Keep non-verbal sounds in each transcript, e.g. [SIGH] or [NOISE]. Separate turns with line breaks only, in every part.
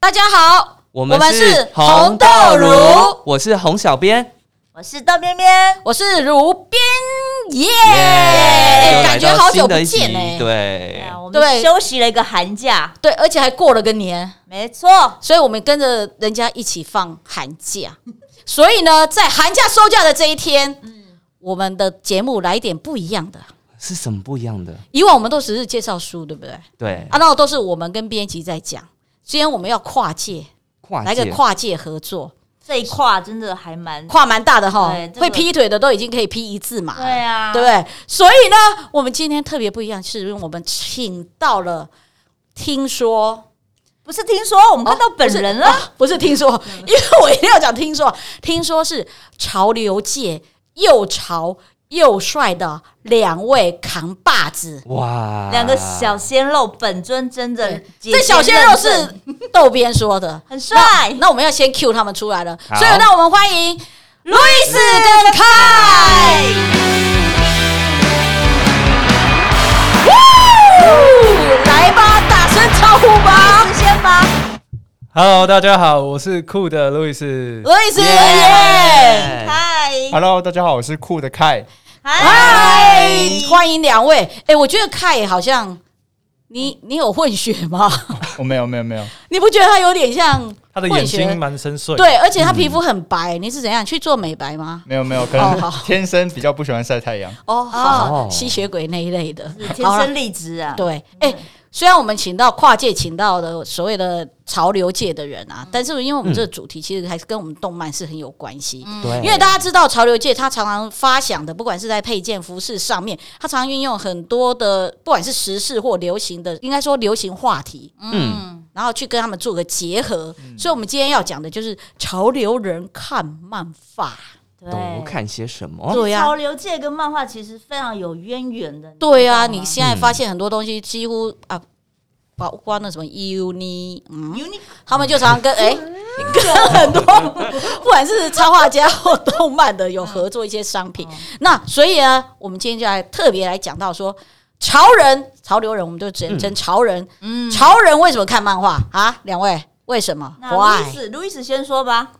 大家好，
我们是
红豆乳，
我是洪小编，
我是豆边边，
我是如边耶哎
耶又来
感觉
到
好久
新
不
的一
见
集
呢、啊
对，
我
对
们休息了一个寒假，
对，而且还过了个年，
没错，
所以我们跟着人家一起放寒假。所以呢，在寒假收假的这一天，我们的节目来一点不一样的。
是什么不一样的？
以往我们都只是介绍书，对不对？
对，
啊，那都是我们跟编辑在讲。今天我们要跨界，
跨
来个
界，
跨界合作，
这一跨真的还蛮
跨蛮大的哈
对这，个
会劈腿的都已经可以劈一字马，
对啊，
对不对？所以呢，我们今天特别不一样，是因为我们请到了，听说
不是听说我们看到本人了，
不是听说，
嗯
因为我一定要讲听说，听说是潮流界又潮又帅的两位扛把子。
哇，
两个小鲜肉，本尊真的
对，
姐姐
这小鲜肉
认证
是豆边说的，
很帅，
那我们要先 cue 他们出来了，
好
所以让我们欢迎路易斯跟凯。Woo！来吧，大声招呼吧！
是先吧，
Hello，大家好，我是酷的路易斯
路。易斯，耶！
耶
嗨
Hello，大家好，我是酷的凯。
嗨
嗨，，
欢迎两位。哎，我觉得凯好像你，你有混血吗？ [LAUGHS]
哦
我没有，没有，没有。
你不觉得他有点像
他的嗯
混
眼
血
睛？蛮深邃。，
对，而且他皮肤很白，你是怎样去做美白吗？
没有没有，可
哦
能
好
天生比较不喜欢晒太阳。
哦，好好
哦
吸血鬼那一类的，
是天
好啦
生丽质啊，
对，哎、虽然我们请到跨界请到的所谓的潮流界的人啊，但是因为我们这个主题其实还是跟我们动漫是很有关系。
对，
因为大家知道潮流界，它常常发想的，不管是在配件、服饰上面，它常运用很多的，不管是时事或流行的，应该说流行话题，
嗯，
然后去跟他们做个结合。所以，我们今天要讲的就是潮流人看漫法。
都看些什
哦
么？
对呀、
潮流界跟漫画其实非常有渊源的。
对
知
呀、
道
你
吗
现在发现很多东西几乎啊，包括那什么 uni，嗯
Uniqlo
他们就常常跟 [LAUGHS] 哎、跟很多不管是插画家或动漫的有合作一些商品。那所以呢，我们今天就来特别来讲到说。潮人、潮流人，我们就简称潮人。
嗯，
潮人为什么看漫画啊？两位为什么
那路易
？Why？
斯，路易斯先说吧。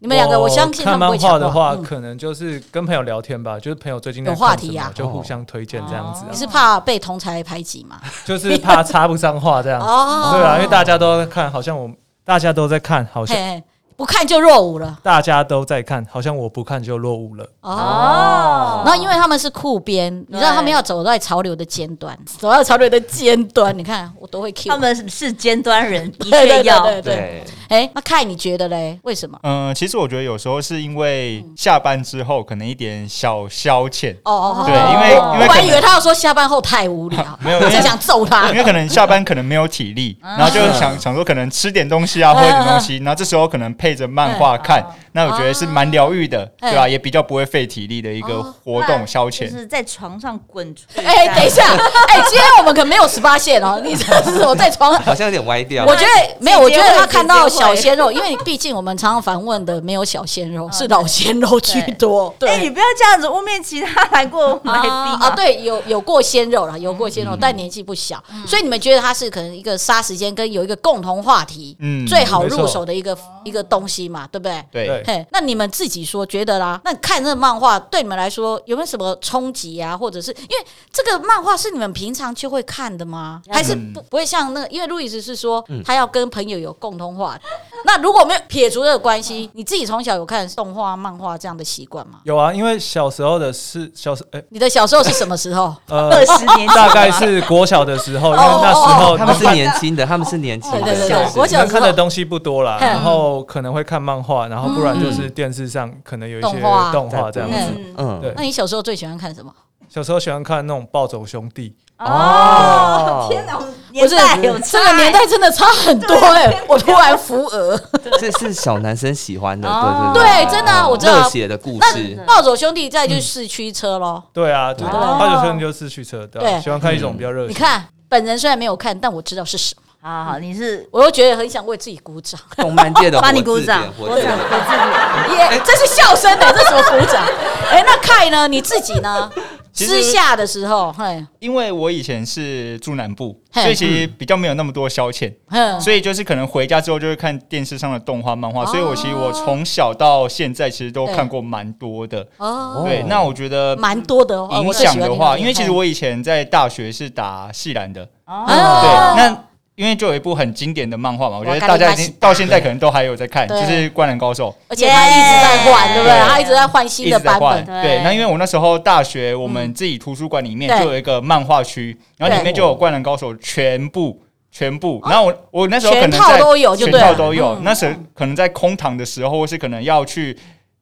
你们两个，我相信他
看
们
漫
会
画
讲
的话，
嗯
可能就是跟朋友聊天吧，就是朋友最近在
有话
看
题
什么
啊哦
就互相推荐这样子啊
嗯你，是怕被同才排挤吗？
就是怕插不上话这样。
哦
对啊，因为大家都在看，好像我大家都在看，好像
嘿，不看就落伍了。
大家都在看，好像我不看就落伍了。
哦，
哦
然后因为他们是酷编，你知道他们要走在潮流的尖端，走在潮流的尖端。你看我都会 Q
他们是尖端人，的
[LAUGHS] 对
确
对对
要。
对对。
对，
哎，那看你觉得嘞？为什么？
嗯、其实我觉得有时候是因为下班之后可能一点小消遣，
哦哦，哦
对
哦
因为
哦
因为
我还
可能
以为他要说下班后太无聊，
没有
我
因
真
为
想揍他
因。为可能下班可能没有体力，然后就想想说可能吃点东西啊，喝点东西，然后这时候可能配着漫画看，那我觉得是蛮疗愈的，对吧、也比较不会费体力的一个活动消
就
遣。
是在床上滚出去。
哎，等一
[LAUGHS]
下，哎，今天我们可没有十八线哦，你这是我在床上。
[LAUGHS]
好像有点歪掉。
我觉得没有，我觉得他看到
姐姐会
小鲜肉，因为毕竟我们常常反问的没有小鲜
[LAUGHS]
肉，是老鲜肉居多。
哎、你不要这样子污蔑其他来过我们
哎
来宾
啊啊，对，有有过鲜肉啦，
嗯
有过鲜肉，但年纪不小，所以你们觉得它是可能一个杀时间跟有一个共同话题，
嗯
最好
没错
入手的一个一个东西嘛，对不对？
对
对，
嘿，那你们自己说觉得啦，那看这个漫画对你们来说有没有什么冲击啊？或者是因为这个漫画是你们平常就会看的吗？
嗯
还是不不会像那个？因为路易斯是说他要跟朋友有共通话，那如果没有撇除这个关系，
嗯
你自己从小有看动画、漫画这样的习惯吗？
有啊，因为小时候的是小时哎
你的小时候是什么时候？
呃
二十年前
大概是国小的时候，因为
哦
那时
啊哦
候
他们是年轻的，他们是年轻的，
对对对
是
对
是
我小
能
时候
看的东西不多啦，
嗯
然后可能会看漫画，然后不然就是电视上可能有一些
动画
动画这样
对
子。
嗯
嗯，
对
那你小时候最喜欢看什么？
小时候喜欢看那种《暴走兄弟
哦，
哦
天哪，我们
不
年
是
代有欸
这个年代真的差很多哎、我突然扶额，
这是小男生喜欢的，
哦
对对
对，真的啊、我知
热
道。
血的故事
那，暴走兄弟再
嗯
就是四驱车喽。
对啊，对，
哦
八九分就是去车，对啊
对嗯
吧，喜欢看一种比较热
你
血。
看，本人虽然没有看，但我知道是什么，
好好，你是
我又觉得很想为自己鼓掌。 [LAUGHS]
动漫界的
帮你
活
鼓
字
掌
典，活
鼓
字
掌
典
鼓自
耶、这是笑声的，这是什么鼓掌？ [LAUGHS] 哎、那凯呢？你自己呢？
其
私
实
下的时候，嘿，
因为我以前是住南部，
嘿
所以其实比较没有那么多消遣，
哼，
所以就是可能回家之后就会看电视上的动画、
哦
漫画，所以我其实我从小到现在其实都看过蛮多的。
哦，
对，那我觉得
蛮多的哦。呃
影
我最喜
响
欢
的
听
话，
这个哦
因为其实
嘿
我以前在大学是打系篮的，
啊
嗯对，
哦
那。因为就有一部很经典的漫画嘛，我觉得
哇
大家
咖
已
喱
经到现在可能都还有在看，
对
就是《灌篮高手》。
而且他一直在换，
耶
对不对？
对
他一直在换新
一
的
直在
版
换。
本。
本
对
对，
那因为我那时候大学，我们自己图书馆里面
嗯对
就有一个漫画区，然后里面就有《灌篮高手》全部。全部，然后我我那时候可能在
哦全套都有就对
全
了
套都有
嗯。
那时候可能在空堂的时候，或是可能要去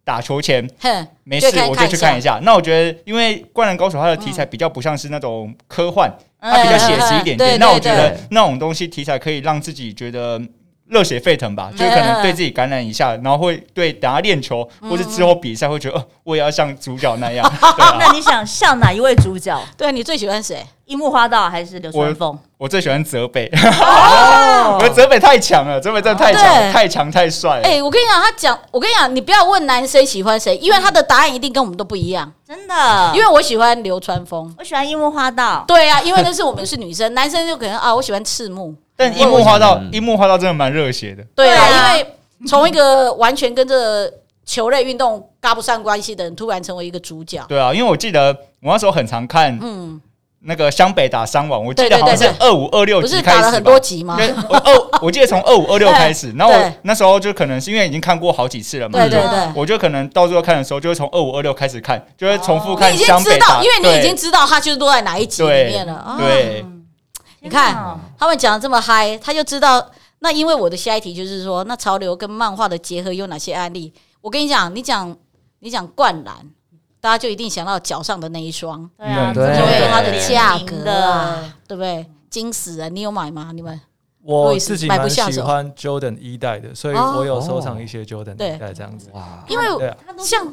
打球前，
哼，
没事
就看嗯
我就去看一下。那我觉得，因为《灌篮高手》它的题材比较不像是那种科幻，它啊比较写实一点
对对
点。那我觉
对
得
对
那种东西题材可以让自己觉得热血沸腾
嗯
吧，就是可能对自己感染一下，然后会对等下练球
嗯
或是之后比赛会觉得，哦，我也要像主角那
[LAUGHS]
样。对啊，
那你想像哪一位主角？
对你最喜欢谁？
樱木花道还是流川枫？
我哦最喜欢泽北，我觉得 [LAUGHS] 泽北太强了，泽北真的太强
哦对
了，太强太帅
哎、
了。
我跟你讲，他讲，我跟你讲，你不要问男生喜欢谁，因为他的答案一定跟我们都不一样。
真的，
因为我喜欢流川枫，
我喜欢樱木花道。
对啊，因为那是我们是女生，男生就可能啊，我喜欢赤木，
但樱木花道
嗯，
樱木花道真的蛮热血的。
对
对
啊，
啊
因为从一个完全跟这球类运动搭不上关系的人，突然成为一个主角，
对啊，因为我记得我那时候很常看
嗯，
那个湘北打三网，我记
对
得
对
好像是
对
二五二六
不
集
是
开始
打
吧
了很多集吗？哎
对，我二，我记得从二五二六开始，然后
对
我那时候就可能是因为已经看过好几次了嘛，
对对
就
对。
我就可能到最后看的时候，就会从二五二六开始看，就会重复
哦你
看
已经
湘
知
北
道，
打，
因为你已
对
经知道他就是落在哪一集里面了啊。
对
你看
天哪
他们讲的这么嗨，他就知道。那因为我的下一题就是说，那潮流跟漫画的结合有哪些案例？我跟你讲，你讲你讲灌篮，大家就一定想到脚上的那一双，
对啊，
对
这
因为
种
它的
联
价
名
格
的
啊，对不对？惊死人！你有买吗？你们
我自己
买不
蛮
下手
喜欢 Jordan 一代的，所以
哦
我有收藏一些 Jordan
对
一代这样子。
哇，
因为
对啊，
像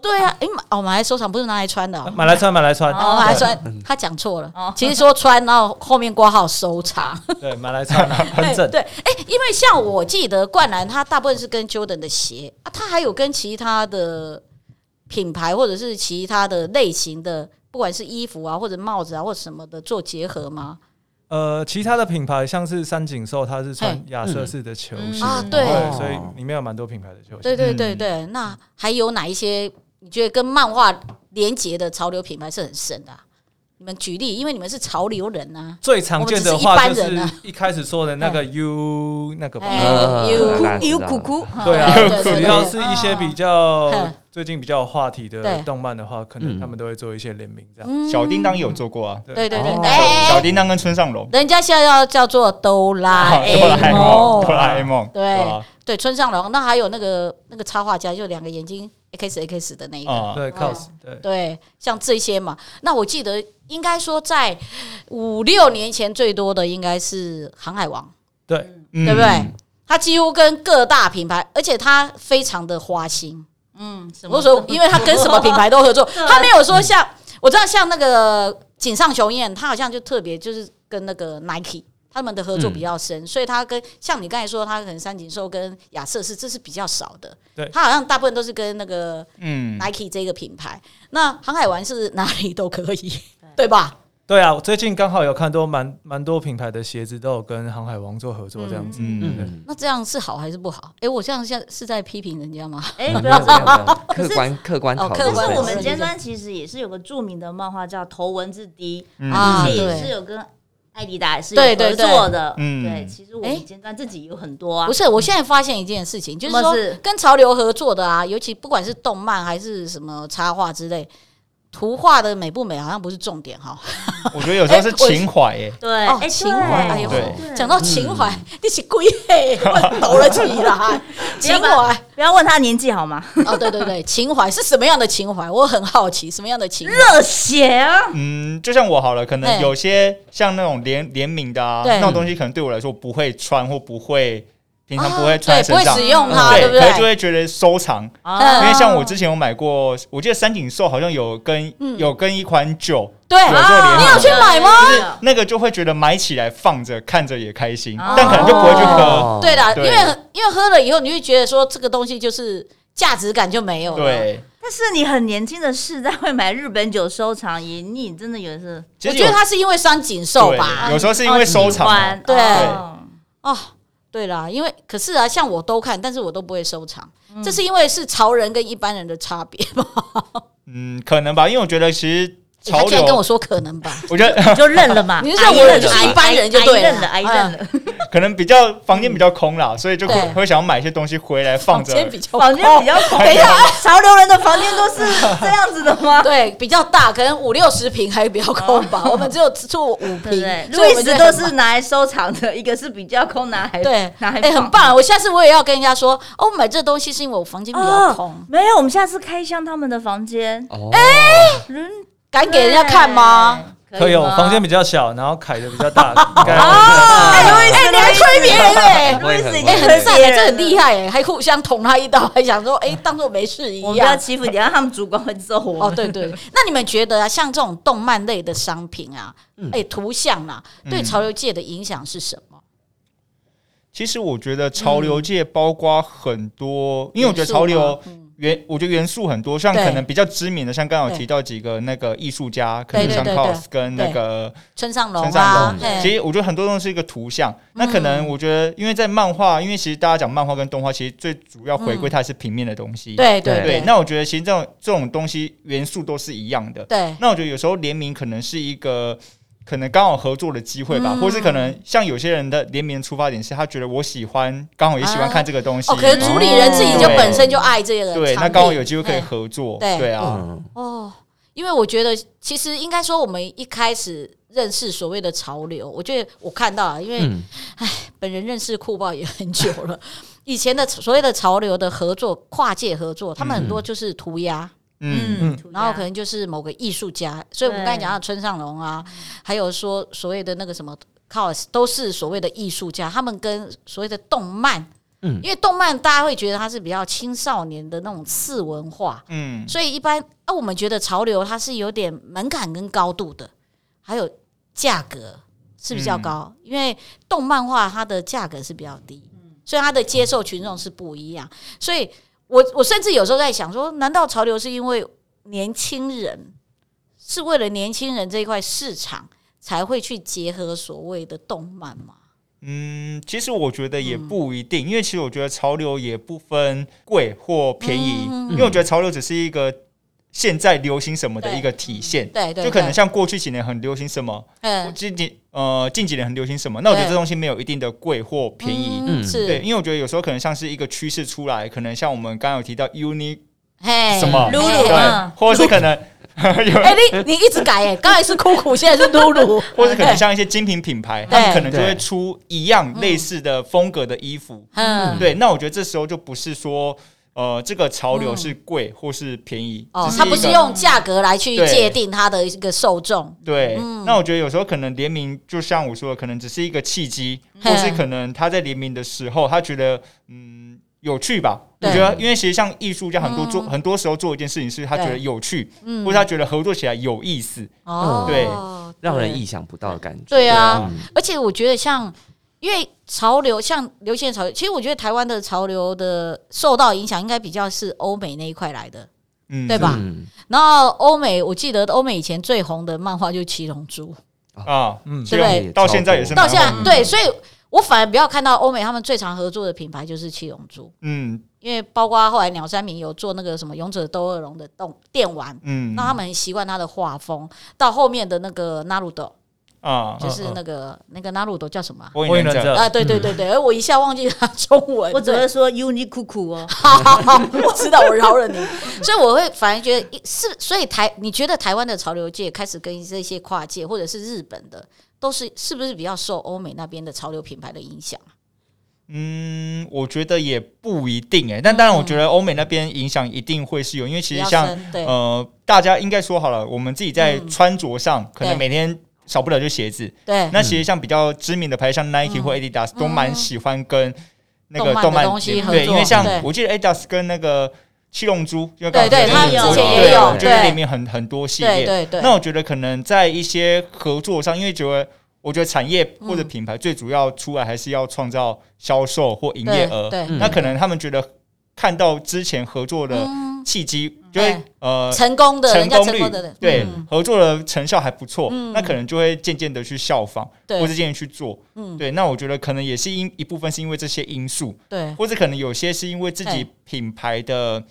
对啊，哎、买哦，买来收藏不是拿来穿的、哦，
买来穿，买来穿，
哦，买来
对
穿，他讲错了
哦，
其实说穿，然后后面挂号收藏。
[LAUGHS] 对，买来穿啊， [LAUGHS] 很正。
[LAUGHS] 对，哎、因为像我记得灌篮，它大部分是跟 Jordan 的鞋啊，它还有跟其他的品牌或者是其他的类型的，不管是衣服啊，或者帽子啊，或者什么的做结合吗？
呃，其他的品牌像是三井寿，它是穿亚瑟士的球鞋
嗯
啊对
所以里面有蛮多品牌的球鞋。
对对对
嗯
对，那还有哪一些你觉得跟漫画连结的潮流品牌是很深的啊、你们举例，因为你们是潮流人啊。
最常见的话就
我们只是一般人
是
啊
一开始说的那个 U 那个吧，
哎有
大家知
有
道
哭哭，
对
对
啊，
对对
只要是一些比较
嗯
最近比较有话题的
对
动漫的话，可能
嗯
他们都会做一些联名这样。
嗯
小叮当也有做过啊，
对对对，
哦
哎、哎
小叮当跟村上龙，
人家现在要叫做哆啦
[LAUGHS] 啊
A
哆啦 A 梦，
梦，
哆啦 A 梦，
对
啊
对，村上隆，那还有那个那个插画家，就两个眼睛 X X 的那一个，
啊，
对，cos 对，
对，像这些嘛。那我记得应该说在五六年前最多的应该是《航海王
对
对不对？它几乎跟各大品牌，而且它非常的花心。
嗯，什
我说，因为它跟什么品牌都合作，它没有说像我知道像那个井上雄彦，他好像就特别就是跟那个 Nike。他们的合作比较深，所以他跟像你刚才说，他可能三井寿跟亚瑟士，这是比较少的。
对
他好像大部分都是跟那个
嗯，
Nike 这个品牌。那航海王是哪里都可以，对吧？
对啊，我最近刚好有看多蛮蛮多品牌的鞋子都有跟航海王做合作这样子。
嗯
对
嗯，
那这样是好还是不好？诶，我这样现在是在批评人家吗？
[LAUGHS]
哎，
没
不
有
[LAUGHS]
要
没
这
有没
样。
有
可
客
是
观客观
哦
讨
客
论
可
这
是
件
观
事，
我们尖端其实也是有个著名的漫画叫《头文字 D》，
嗯
啊
其实也
对
是有跟艾迪达也是有
对对
合
对
作的。
嗯
对，其实我
哎
们尖端自己有很多啊
不。是，我现在发现一件事情，就是
什
说
么事
跟潮流合作的啊，尤其不管是动漫还是什么插画之类，图画的美不美好像不是重点哈。
我觉得有时候
哎
是情怀耶。
对，
哦
哎，
情怀，哎呦
对，
讲到情怀，[LAUGHS]
嗯
你是鬼嘿，我抖了起来，情怀。
不要问他年纪好吗？
哦，对对对，情怀是什么样的情怀？我很好奇，什么样的情怀？
热血啊！
嗯，就像我好了，可
哎
能有些像那种联联名的啊，
对
那种东西可能对我来说不会穿或不会，平常不
啊
会穿在
对不
身
会
上，
使用它对不对
嗯可是就会觉得收藏。
哦
啊
因为像我之前有买过，我记得三井寿好像有跟
嗯
有跟一款酒，
对
有做联名，
你有去买吗
吗？
那个就会觉得买起来放着看着也开心
哦，
但可能就不会去喝。
哦
对啦，因
对
为因为喝了以后，你会觉得说这个东西就是价值感就没有了。
对，
但是你很年轻的世代会买日本酒收藏，也你真的有是
其
我
实
觉
有
得它是因为伤锦兽吧
对。有时候是因为收
啊
藏啊
哦
嘛
喜欢
对
哦
哦，对啦，因为可是啊，像我都看，但是我都不会收藏，这是因为是潮人跟一般人的差别嘛。
嗯，可能吧，因为我觉得其实
你
潮
居然
流，
跟我说可能吧？
我觉得 [LAUGHS]
你就认了嘛。
你是说
挨
我
认
就是
了
一般人就
挨
对了嗯
挨认了，挨认了。
可能比较房间比较空啦，所以就会
对
会想要买一些东西回来放着。
间比较
房间比较空，等一下，潮流人的房间都是这样子的吗？
哎 [LAUGHS] 对比较大，可能五六十平还比较空吧。我们只有住五
哦对不对
平，，
路
所以
易
我们就
斯
很
都
忙
是拿来收藏的，一个是比较空拿来
对，
拿来
哎、很棒！我下次我也要跟人家说，哦，我买这东西是因为我房间比较空，
哦。没有，我们下次开箱他们的房间，
哦，
哎
人
敢给人家看吗？？
对
可以，我
吗
房间比较小，然后凯的比较大，应该
哎
路易斯
哎、你还推别人哎、
不会
路易斯已
很
经
哎、
很
很
推
赞
别
哎、
人
这很厉害哎、还互相捅他一刀，还想说哎、当做没事一
我们不要
样。
欺负你，然后他们主管会揍我。
哦，对对，
[LAUGHS]
那你们觉得啊，像这种动漫类的商品啊，哎、图像啊，对
嗯
潮流界的影响是什么？
其实我觉得潮流界包括很多，因为我觉得潮
嗯元素
流
吗嗯
元，我觉得元素很多，像
对
可能比较知名的，像刚刚有
对
提到几个那个艺术家，可
对
能像
对对对
cos 跟那个
村上隆
村
啊
上，
嘿
隆，其实我觉得很多东西是一个图像。那可能我觉得，因为在漫画，因为其实大家讲漫画跟动画，其实最主要回归它是平面的东西。
嗯对对
对
对，那我觉得其实这种这种东西元素都是一样的。
对
那我觉得有时候联名可能是一个可能刚好合作的机会吧，或是可
嗯
能像有些人的联名出发点是他觉得我喜欢，刚好也喜欢看这个东西，
哦，可能主理人自己就
对
本身就爱这个
对，
产
那刚好
品
有机会可以
嘿
合作，
对
对啊，
嗯，
哦，因为我觉得其实应该说，我们一开始认识所谓的潮流，我觉得我看到啊，因为
嗯
本人认识酷报也很久了，以前的所谓的潮流的合作，跨界合作，他们很多就是涂鸦，
嗯，
嗯
然
啊
后可能就是某个艺术家，所以我们刚才讲到村上隆啊，还有说所谓的那个什么 cos 都是所谓的艺术家，他们跟所谓的动漫。
嗯
因为动漫大家会觉得它是比较青少年的那种次文化，
嗯，
所以一般啊，我们觉得潮流它是有点门槛跟高度的，还有价格是比较
嗯
高，因为动漫画它的价格是比较低，所以它的接受群众是不一样。所以我我甚至有时候在想说，难道潮流是因为年轻人是为了年轻人这一块市场才会去结合所谓的动漫吗？
嗯，其实我觉得也不一定，因为其实我觉得潮流也不分贵或便宜，
嗯
因为我觉得潮流只是一个现在流行什么的一个体现。
对对，
就可能
对
像过去几年很流行什么，
嗯
近几呃近几年很流行什么，那我觉得
对
这东西没有一定的贵或便宜。
嗯
是
对，因为我觉得有时候可能像是一个趋势出来，可能像我们刚刚有提到 uni
嘿
什么
露
嘿
露
对，
嗯
或者是可能 [LAUGHS] 有，
[LAUGHS] 哎、你你一直改哎、刚才是酷酷，现在是露露，
或者可能像一些精品品牌，
对
他们可能就会出一样类似的风格的衣服。
嗯，
对，那我觉得这时候就不是说呃这个潮流
嗯
是贵或是便宜，
哦
只，
它
一
不是
个
用价格来去
对
界定它的一个受众，
对，
嗯
那我觉得有时候可能联名，就像我说的，可能只是一个契机，
嘿
或是可能他在联名的时候，他觉得嗯有趣吧。我
对
觉得，因为其实像艺术家很多做、
嗯
很多时候做一件事情，是他觉得
对
有趣，
嗯
或是他觉得合作起来有意思。
哦，
对
让人意想不到的感觉。
对啊，
嗯
而且我觉得像。因为潮流像流行的潮流，其实我觉得台湾的潮流的受到影响，应该比较是欧美那一块来的。
嗯，
对吧
嗯
然后欧美，我记得欧美以前最红的漫画就是《七龙珠
啊，
嗯
这
对不对
样到现在也是》，
到
蛮
现在
红的
对，所以我反而比较看到欧美他们最常合作的品牌就是《七龙珠》，
嗯
因为包括后来鸟山明有做那个什么《勇者斗恶龙》的动电玩，
嗯，
那他们很习惯他的画风，到后面的那个纳鲁斗，
啊，
就是那个那个纳鲁多叫什么啊？
火
火
影
影
忍
忍
者
者
啊，对对对
嗯
对，哎我一下忘记他中文，
我只
对 [LAUGHS]
会说 uni 酷酷哦，
好，我知道，我饶了你。所以我会反而觉得是，所以台你觉得台湾的潮流界开始跟这些跨界，或者是日本的，都是是不是比较受欧美那边的潮流品牌的影响？
嗯，我觉得也不一定哎、但当然，我觉得欧美那边影响一定会是有，因为其实
嗯比较
像
深对嗯
呃，大家应该说好了，我们自己在穿着上，可能
对
每天少不了就鞋子。
对，嗯
那其实像比较知名的牌，像 Nike 或 Adidas，、都蛮喜欢跟那个
动漫的
漫
东西合
对，
作
因为像
对
我记得 Adidas 跟那个七龙珠，就
对对，他
它
们
有
之前
对
也有，
我觉得里
对
面很很多系列
对。对对，
那我觉得可能在一些合作上，因为觉得我觉得产业或者品牌最主要出来还是要创造销售或营业额。
对，
嗯
那可能他们觉得看到之前合作的
嗯，
契机，就会
对
呃
成功的，人
成
家
功
成
率
功的人，
对
嗯
合作的成效还不错
嗯，
那可能就会渐渐的去效仿，或
对
者渐渐去做。
嗯
对，那我觉得可能也是因一部分是因为这些因素，
对，
或者可能有些是因为自己
嘿
品牌的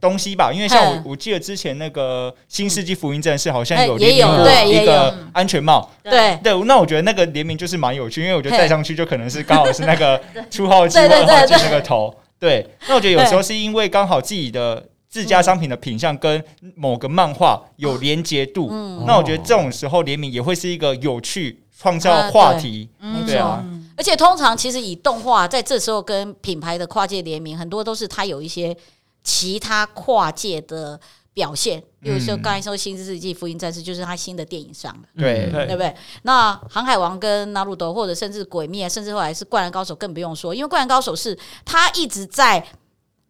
东西吧，因为像
嗯
我我记得之前那个《新世纪福音战士》好像
哎
有
也
联
有
名过
对也
一
有
个安全帽，
对
对，那我觉得那个联名就是蛮有趣，因为我觉得
嘿
戴上去就可能是刚好是那个
[LAUGHS]
初号机
对
或
对
二号
对
机那个头，对，那我觉得有时候是因为刚好自己的。自家商品的品相跟某个漫画有连结度，
哦
嗯
那我觉得这种时候联名也会是一个有趣、创
啊
造话题，
嗯
没
对
错
啊。
而且通常其实以动画在这时候跟品牌的跨界联名，很多都是它有一些其他跨界的表现，比如说
嗯
刚才说《新世纪福音战士》就是它新的电影上了，
对
嗯
对
对不对？那《航海王》跟《纳鲁多》，或者甚至《鬼灭》，甚至后来是《灌篮高手》，更不用说，因为《灌篮高手》是它一直在，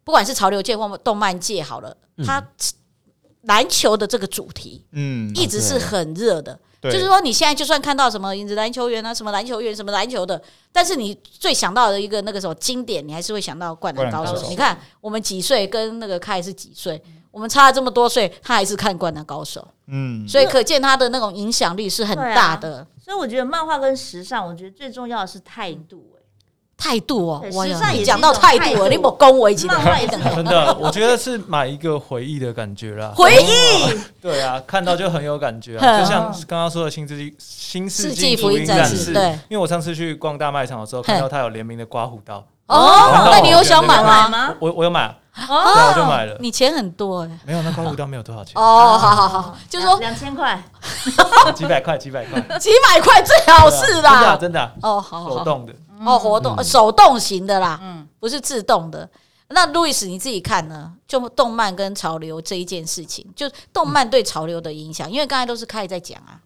不管是潮流界或动漫界好了，它篮球的这个主题
嗯，
一直是很热的。
对
就是说，你现在就算看到什么影子篮球员啊，什么篮球员，什么篮球的，但是你最想到的一个那个什么经典，你还是会想到《灌篮高
灌篮
手
高》
手
你看我们几岁跟那个凯是几岁，我们差了这么多岁，他还是看《灌篮高手
嗯》，，
所以可见他的那种影响力是很大的
所以我觉得漫画跟时尚，我觉得最重要的是态度、哎
态度哦
对。
哇
时尚也是一种
讲到态
态
度
度
了，你莫恭维起
嗯
来。
漫画也是很
[LAUGHS] 真的，我觉得是买一个回忆的感觉
[LAUGHS]
啦。
回忆
对啊，看到就很有感觉
嗯
啊，就像刚刚说的新世纪新世
世
纪
纪福音战
战
士，
士，
对
因为我上次去逛大卖场的时候，
嘿
看到它有联名的刮胡刀，
哦
哦，
那你有想买
买
吗？
吗？
我我有买啊，对
哦，
啊，我就买了。
你钱很多哎。
没有，那刮胡刀没有多少钱，
哦，好好
啊
好，就说
两千块，
几百块，几百块，
几百块最好是
对啊
啦。
真的啊，
哦，好好
真的啊，手
好。
动的。
哦，活动、
嗯
呃手动型的啦，不是自动的。那路易斯你自己看呢？就动漫跟潮流这一件事情，就动漫对潮流的影响，
嗯
因为刚才都是凯在讲啊，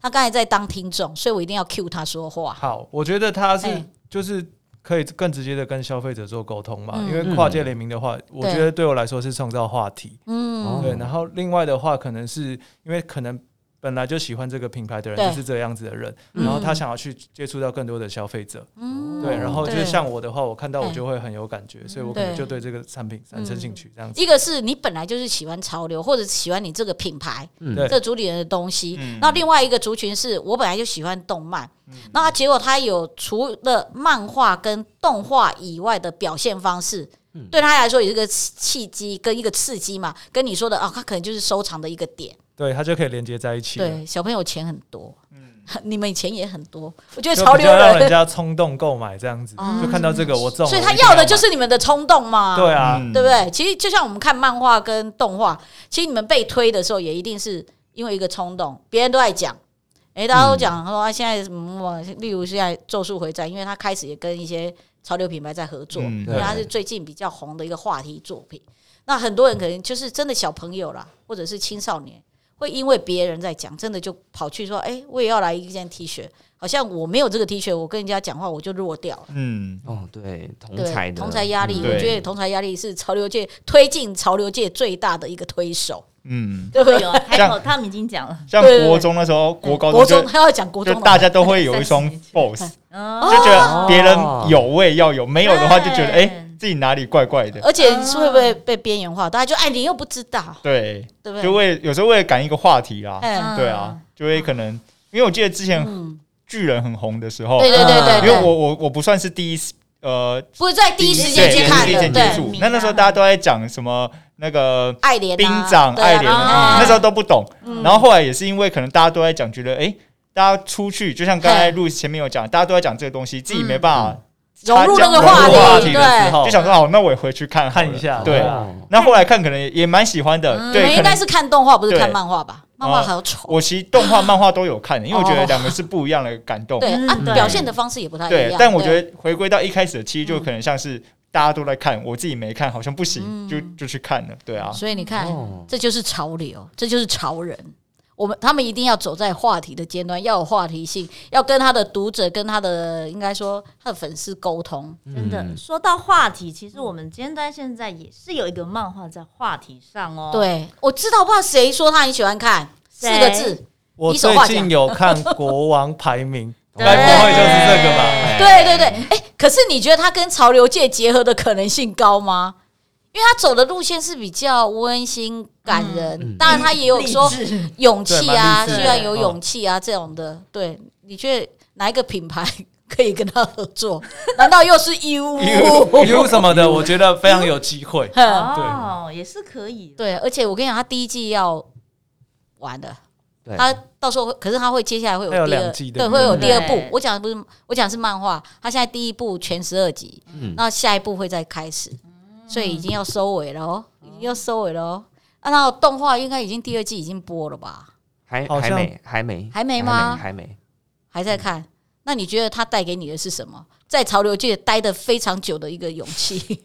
他刚才在当听众，所以我一定要 cue 他说话。
好，我觉得它是
嘿
就是可以更直接的跟消费者做沟通嘛，
嗯
因为跨界联名的话，我觉得对我来说是创造话题。
嗯，
哦
对，然后另外的话，可能是因为可能本来就喜欢这个品牌的
对
人就是这样子的人，
嗯
然后他想要去接触到更多的消费者，
嗯
对，然后就是
对
像我的话，我看到我
嗯
就会很有感觉，所以我可能
对嗯
就对这个产品产生兴趣，这样子。
一个是你本来就是喜欢潮流，或者喜欢你这个品牌，
嗯
对
这主理人的东西。
嗯
那另外一个族群是我本来就喜欢动漫，
嗯
那他结果他有除了漫画跟动画以外的表现方式。
嗯
对他来说也是个契机跟一个刺激嘛，跟你说的啊，他可能就是收藏的一个点。
对，它就可以连接在一起了，
对，小朋友钱很多，
嗯
[LAUGHS] 你们钱也很多，我觉得
就
潮
比
流
较让人
人，哦
家冲动购买这样子，就看到这个我中了，
所以他
我一定
要的
买
就是你们的冲动嘛。
对啊，
嗯
对不对？其实就像我们看漫画跟动画，其实你们被推的时候，也一定是因为一个冲动，别人都在讲。诶，大家都讲说、啊，现在什么，例如现在《咒术回战》，因为他开始也跟一些潮流品牌在合作，
嗯
因为它是最近比较红的一个话题作品。那很多人可能就是真的小朋友啦，或者是青少年，会因为别人在讲，真的就跑去说，诶，我也要来一件 T 恤。好像我没有这个 T 恤，我跟人家讲话我就弱掉了。
嗯，
哦，对，同
对，
才的
同才压力，
嗯
我觉得
对
同才压力是潮流界推进潮流界最大的一个推手，
嗯，
对不对？
哎有开口，他们已经讲了，
像
对对对
国中的时候，国高
嗯国
中就
中还要讲国
就
中
大
的，
家都会有一双 boss，就
嗯，
觉
哦
得别人有我也要有，没有的话就觉得
对
哎、自己哪里怪怪的。
而且
啊
是会不会被边缘化？大家就哎，你又不知道，
对，
对不对？
就为有时候为了赶一个话题啦，
哎，
对啊，就会可能因为我记得之前
嗯，巨
巨人很红的时候，
对对对对对，
因为我我我不算是第一时呃
不是在第一时间
对
去看
第一时
的，
间接
对，
触
对，
那那时候大家都在讲什么那个
爱莲啊
兵长
对啊
爱莲，
啊嗯
那时候都不懂，然后后来也是因为可能大家都在讲，觉得哎。大大家出去，就像刚才路前面有讲，大家都在讲这个东西，自己没办法
嗯融入
插
那个
融入
话
话
题，
题
的时
对
候。
就想说好，那我也回去看好了
看一下
对
哇，
那后来看可能也也蛮喜欢的，
嗯
对，
你们
可
应该
能
是看动画，不是
对啊
看漫画吧？漫画好丑，
我其实动画、漫画都有看的，因为我觉
哦 [LAUGHS]
得两个是不一样的感动。
对啊
嗯，对
表现的方式也不太一
对
样。，
但我觉
对
得回归到一开始的，其实就可能像是大家都在看，我自己没看，好像不行，
嗯
就就去看了。对啊，
所以你看
哦，
这就是潮流，这就是潮人。我们他们一定要走在话题的尖端，要有话题性，要跟他的读者、跟他的应该说他的粉丝沟通。
真的，说到话题，其实我们尖端现在也是有一个漫画在话题上哦。，
对，我知道，不知道谁说他很喜欢看四
谁
个字，
我
一手
最
画
近有看国王排
[LAUGHS]
名，
对
该不会就是这个吧？
对对对，哎、可是你觉得他跟潮流界结合的可能性高吗？因为他走的路线是比较温馨、感人，当然他也有说
嗯励志
勇气啊，
对蛮励志的嗯
需要有勇气啊、这种的。对，你觉得哪一个品牌可以跟他合作？ [LAUGHS] 难道又是 U？
U 什么的，我觉得非常有机会。
[LAUGHS] 哼
哦，也是可以。
对，而且我跟你讲，他第一季要完的
对，
他到时候会，可是他会接下来会
还有
第二
两季对
对，
不对
会有第二部
对。
我讲的不是我讲的是漫画，他现在第一部全十二集，
嗯
那下一部会再开始，所以已经要收尾了哦，已经要收尾了哦。啊那动画应该已经第二季已经播了吧？
还
好
还
像
没还没
还没吗
还没，
还
嗯
在看？那你觉得他带给你的是什么？在潮流界待得非常久的一个勇
[LAUGHS]
气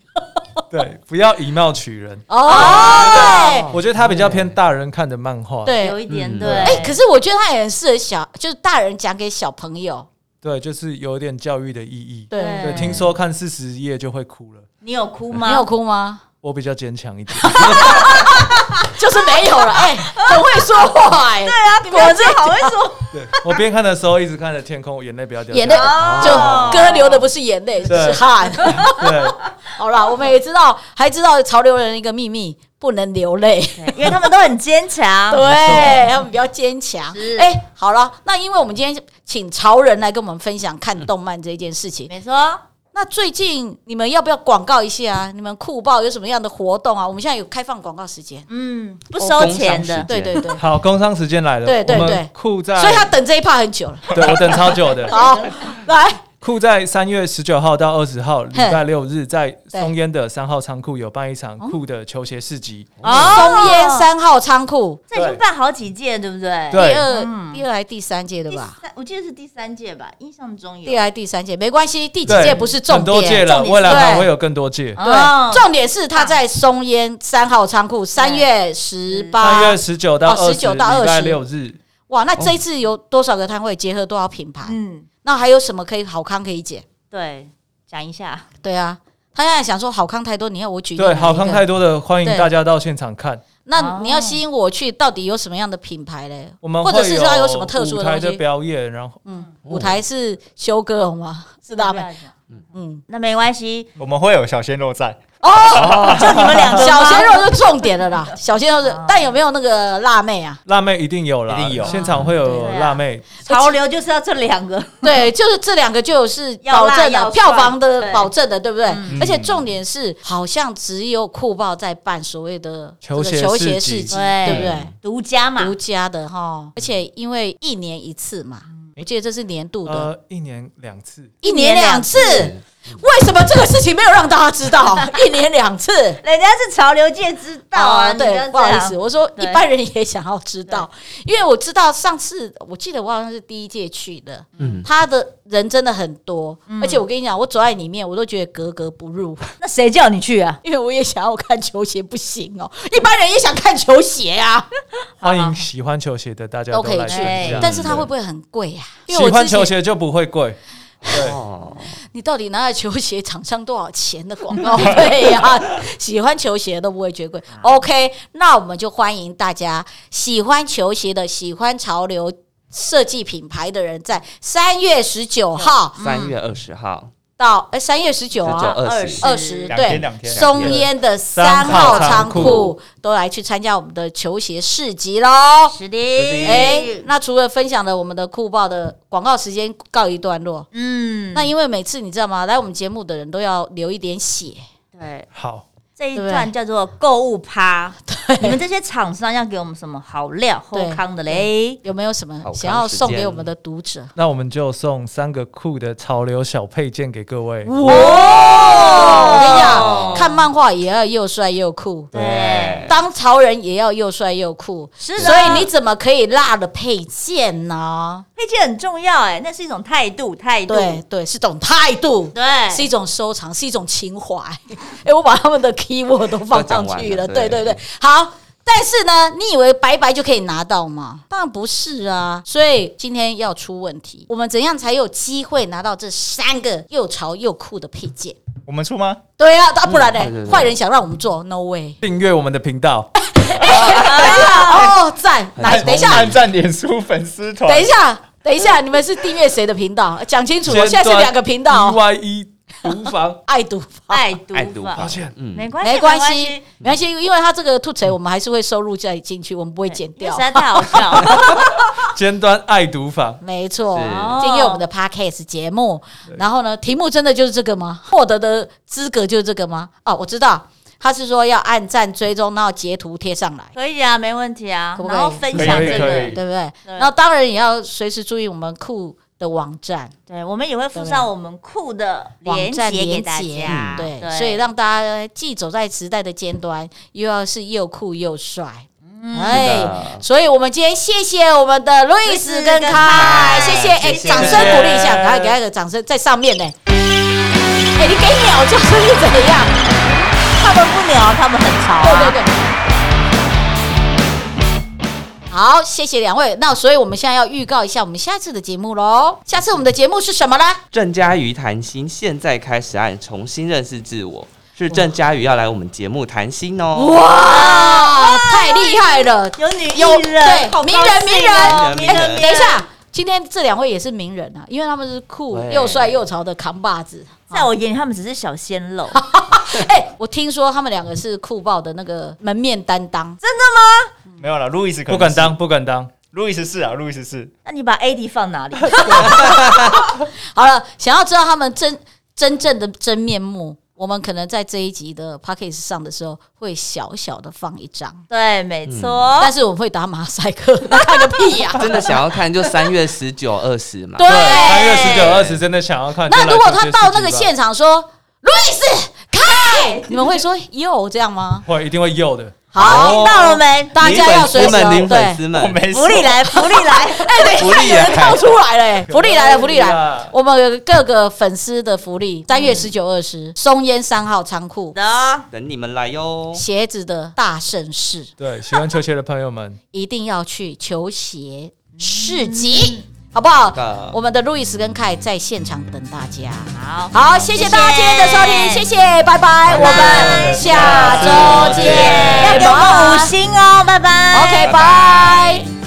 对，不要以貌取人。
哦，
我觉得它比较偏大人看的漫画，
对
有
对，
一点
嗯
对。
哎，可是我觉得他也很适合小，就是大人讲给小朋友，
对，就是有点教育的意义。
对
对
对，听说看四十页就会哭了，
你有哭
你有
吗？
哭吗？
我比较坚强一点。
就是没有了，哎、很会说话、哎，对啊，果然是
好会说，
对我边看的时候一直看着天空，我眼泪不要掉下来。
眼泪
哦
就哥流的不是眼泪，是
对
汗。
对，
好啦，我们也知道，还知道潮流人的一个秘密，不能流泪。
因为他们都很坚强。
[LAUGHS] 对，他们比较坚强
啊是。
哎、好了，那因为我们今天请潮人来跟我们分享看动漫这件事情。
没错，
那最近你们要不要广告一下啊？你们酷报有什么样的活动啊？我们现在有开放广告时间。
嗯，不收钱的，
对对对，
好，工商时间来了，
对对
我们
对
酷在，
所以他等这一趴很久了。
对我等超久的。
好，来，
酷在三月十九号到二十号，礼拜六日在
对
松烟的三号仓库有办一场酷的球鞋市集。
哦松烟三号仓库。
这已经办好几届，对不对？
对
第二、
嗯
第二还第三届对
第
吧？
三，我记得是第三届吧，印象中有
第。二还第三届没关系，第几
对
届不是重
很多届
点。
了，哦
重点是
未来还会有更多届。
啊对，
哦
重点是他在松烟三号仓库，三月十
三
八
月，十九到
哦
二
19
十，
到
礼
20
拜六日，
哇！那这一次有多少个摊位，结合多少品牌？
嗯，
那还有什么可以好康可以解？
对，讲一下，
对啊，他现在想说好康太多，你要我举例
对，
哪一
好康
个
太多的，欢迎
对
大家到现场看。
那你要
哦
吸引我去，到底有什么样的品牌嘞？
我们
或
会
者是它有什么特殊
舞台
的
的
东西？
表演，然后
嗯，舞台是修哥好
[LAUGHS]
吗？是大
不
美，
要讲
嗯，哦
那没关系，
我们会有小鲜肉在，
哦
就你们两个
[LAUGHS]
吗
小鲜肉就重点了
[LAUGHS]
啦，小鲜肉是
哦，
但有没有那个辣妹啊？
辣妹一定有啦，
一定有
现场会有
对啊
辣妹。
潮流就是要这两个，
对，就是这两个就是
嗯要
保
辣
证
要
的票
帅
房的
对
保证的，对不对？
嗯
而且重点是，好像只有酷报在办所谓的这个
球鞋
球
市
鞋
集
市集，[LAUGHS]
对
对不对？
独家嘛
独，家的
嗯
哈，而且因为一年一次嘛，我记得这是年度的，
呃，一年两次，
一年两次。为什么这个事情没有让大家知
[LAUGHS]
道？一年两次。
人家是潮流界知道啊，
哦
你
对，
要
不好
这
意
样
思，我说一
对
般人也想要知道，因为我知道上次我记得我好像是第一届去的，
嗯，
他的人真的很多，
嗯
而且我跟你讲，我走在里面我都觉得格格不入， [LAUGHS]
那谁叫你去啊？
因为我也想要看球鞋，不行哦，一般人也想看球鞋啊，
欢迎喜欢球鞋的大家
都可以
来
去
选一
哎
下。
但是它会不会很贵呀、啊？因为
喜
我
欢
之
球
前
鞋就不会贵，
哦，
你到底拿了球鞋厂商多少钱的广告费呀、喜欢球鞋都不会觉得贵。OK，那我们就欢迎大家喜欢球鞋的、喜欢潮流设计品牌的人，在三月十九号
三月二十号，
到哎三、3月十九
十九呃
啊。
二
20
十，
二十
两天
对，
两天。
松烟的三号仓库都来去参加我们的球鞋市集喽。
史迪，
哎、那除了分享了我们的酷报的广告时间告一段落，
嗯，
那因为每次你知道吗，来我们节目的人都要流一点血，
对
好，
这一
对
段叫做购物趴，你们这些厂商要给我们什么好料、
对
后康的嘞？
有没有什么
好康
想要
时
送给
间
我们的读者？
那我们就送三个酷的潮流小配件给各位。
哦
我跟你讲，看漫画也要又帅又酷，
对，
当潮人也要又帅又酷。
是的，
所以你怎么可以落了配件呢？
配件很重要哎，那是一种态度，态度，
对对，是种态度，
哎
对，
是一种收藏，是一种情怀。 [LAUGHS] 哎，我把他们的 keyword 都放上去
都讲
了，
完了对
对对对，好。但是呢，你以为白白就可以拿到吗？当然不是啊，所以今天要出问题，我们怎样才有机会拿到这三个又潮又酷的配件？
我们出吗？
对啊，啊不然
嗯对对
呢？
对
坏人想让我们做，no
[LAUGHS]
way！
订阅我们的频道，
哎哦，赞！
哎
来，等一下，
按赞脸书粉丝团
等一下，等一下，你们是订阅谁的频道？讲清楚哦，现在是两个频道
一
哦，
E y 一无
[LAUGHS]。
妨
爱读法。
爱读
爱读
法
法，
嗯
嗯
没关系，
没
没
关
关
系，，没关系，因为他这个吐槽我们还是会收录在进去，我们不会剪
因为
掉
实。在太好笑
[LAUGHS]
了。
尖端爱读法，
没错
是，
订阅我们的 podcast 节目。然后呢，题目真的就是这个吗？获得的资格就是这个吗？哦，我知道，他是说要按赞、追踪，然后截图贴上来。
可以啊，没问题啊
可，不可以
然后分享
可以
这
可以
个
可以，
对不对？
对
然后当然也要随时注意我们酷的网站
对，我们也会附上我们酷的
网
链接
站
给
连
大
接，
家，
嗯
啊对，所以让大家哎既走在时代的尖端，又要是又酷又帅。哎，所以我们今天谢谢我们的路易斯跟凯，谢谢，哎，掌声鼓励一下，赶快给他一个掌声，在上面呢。哎，你给鸟就是是怎么样？
他们不鸟，他们很潮
对对
啊，
对。好，谢谢两位。那所以我们现在要预告一下我们下次的节目喽。下次我们的节目是什么呢？
郑嘉瑜谈心，现在开始按重新认识自我，是郑嘉瑜要来我们节目谈心哦。
哇，太厉害了！
有女
有
艺人，好
对
高
名人
兴
名
哦
人，
名人
哎，等一，下。今天这两位也是名人啊，因为他们是酷
对
又帅又潮的扛把子。啊
在我眼里他们只是小鲜肉，
哎、我听说他们两个是酷爆的那个门面担当，
没有了，路易斯
不敢当，，不敢当。
路易斯是啊，路易斯是
[LAUGHS] 那你把 AD 放哪里？
好了，想要知道他们真真正的真面目，我们可能在这一集的 p a c k a g e 上的时候会小小的放一张，
对，没错，
但是我们会打马赛
[LAUGHS]
克，那看个屁呀、
真的想要看就三月十九、二十嘛。
对
三月十九、二十，真的想要看。
那
就来
如果
这
他
些
到
事
那个
情吧
现场说“路易斯开”，你们会说“哟”这样吗？
会一定会有的。
好，
听到了没？
大家要随
粉丝
手
们，女
对
粉。丝
我
们，
没
福利来，福利来，
哎，等
福
一下，
利
有人
耶
跳出来了、哎福利来了，福利来啊嗯了
了！
我们有各个粉丝的福利，三月十九、二十，松烟三号仓库
的，
等你们来哟。
鞋子的大盛世，
对，喜欢球鞋的朋友们，
一定要去球鞋市集，好不嗯好
的？
我们的路易斯跟凯在现场等大家。
好
好，谢谢大家今天的收听，谢谢，拜拜，我们下周见，
要给我们五星哦，拜拜
OK，拜。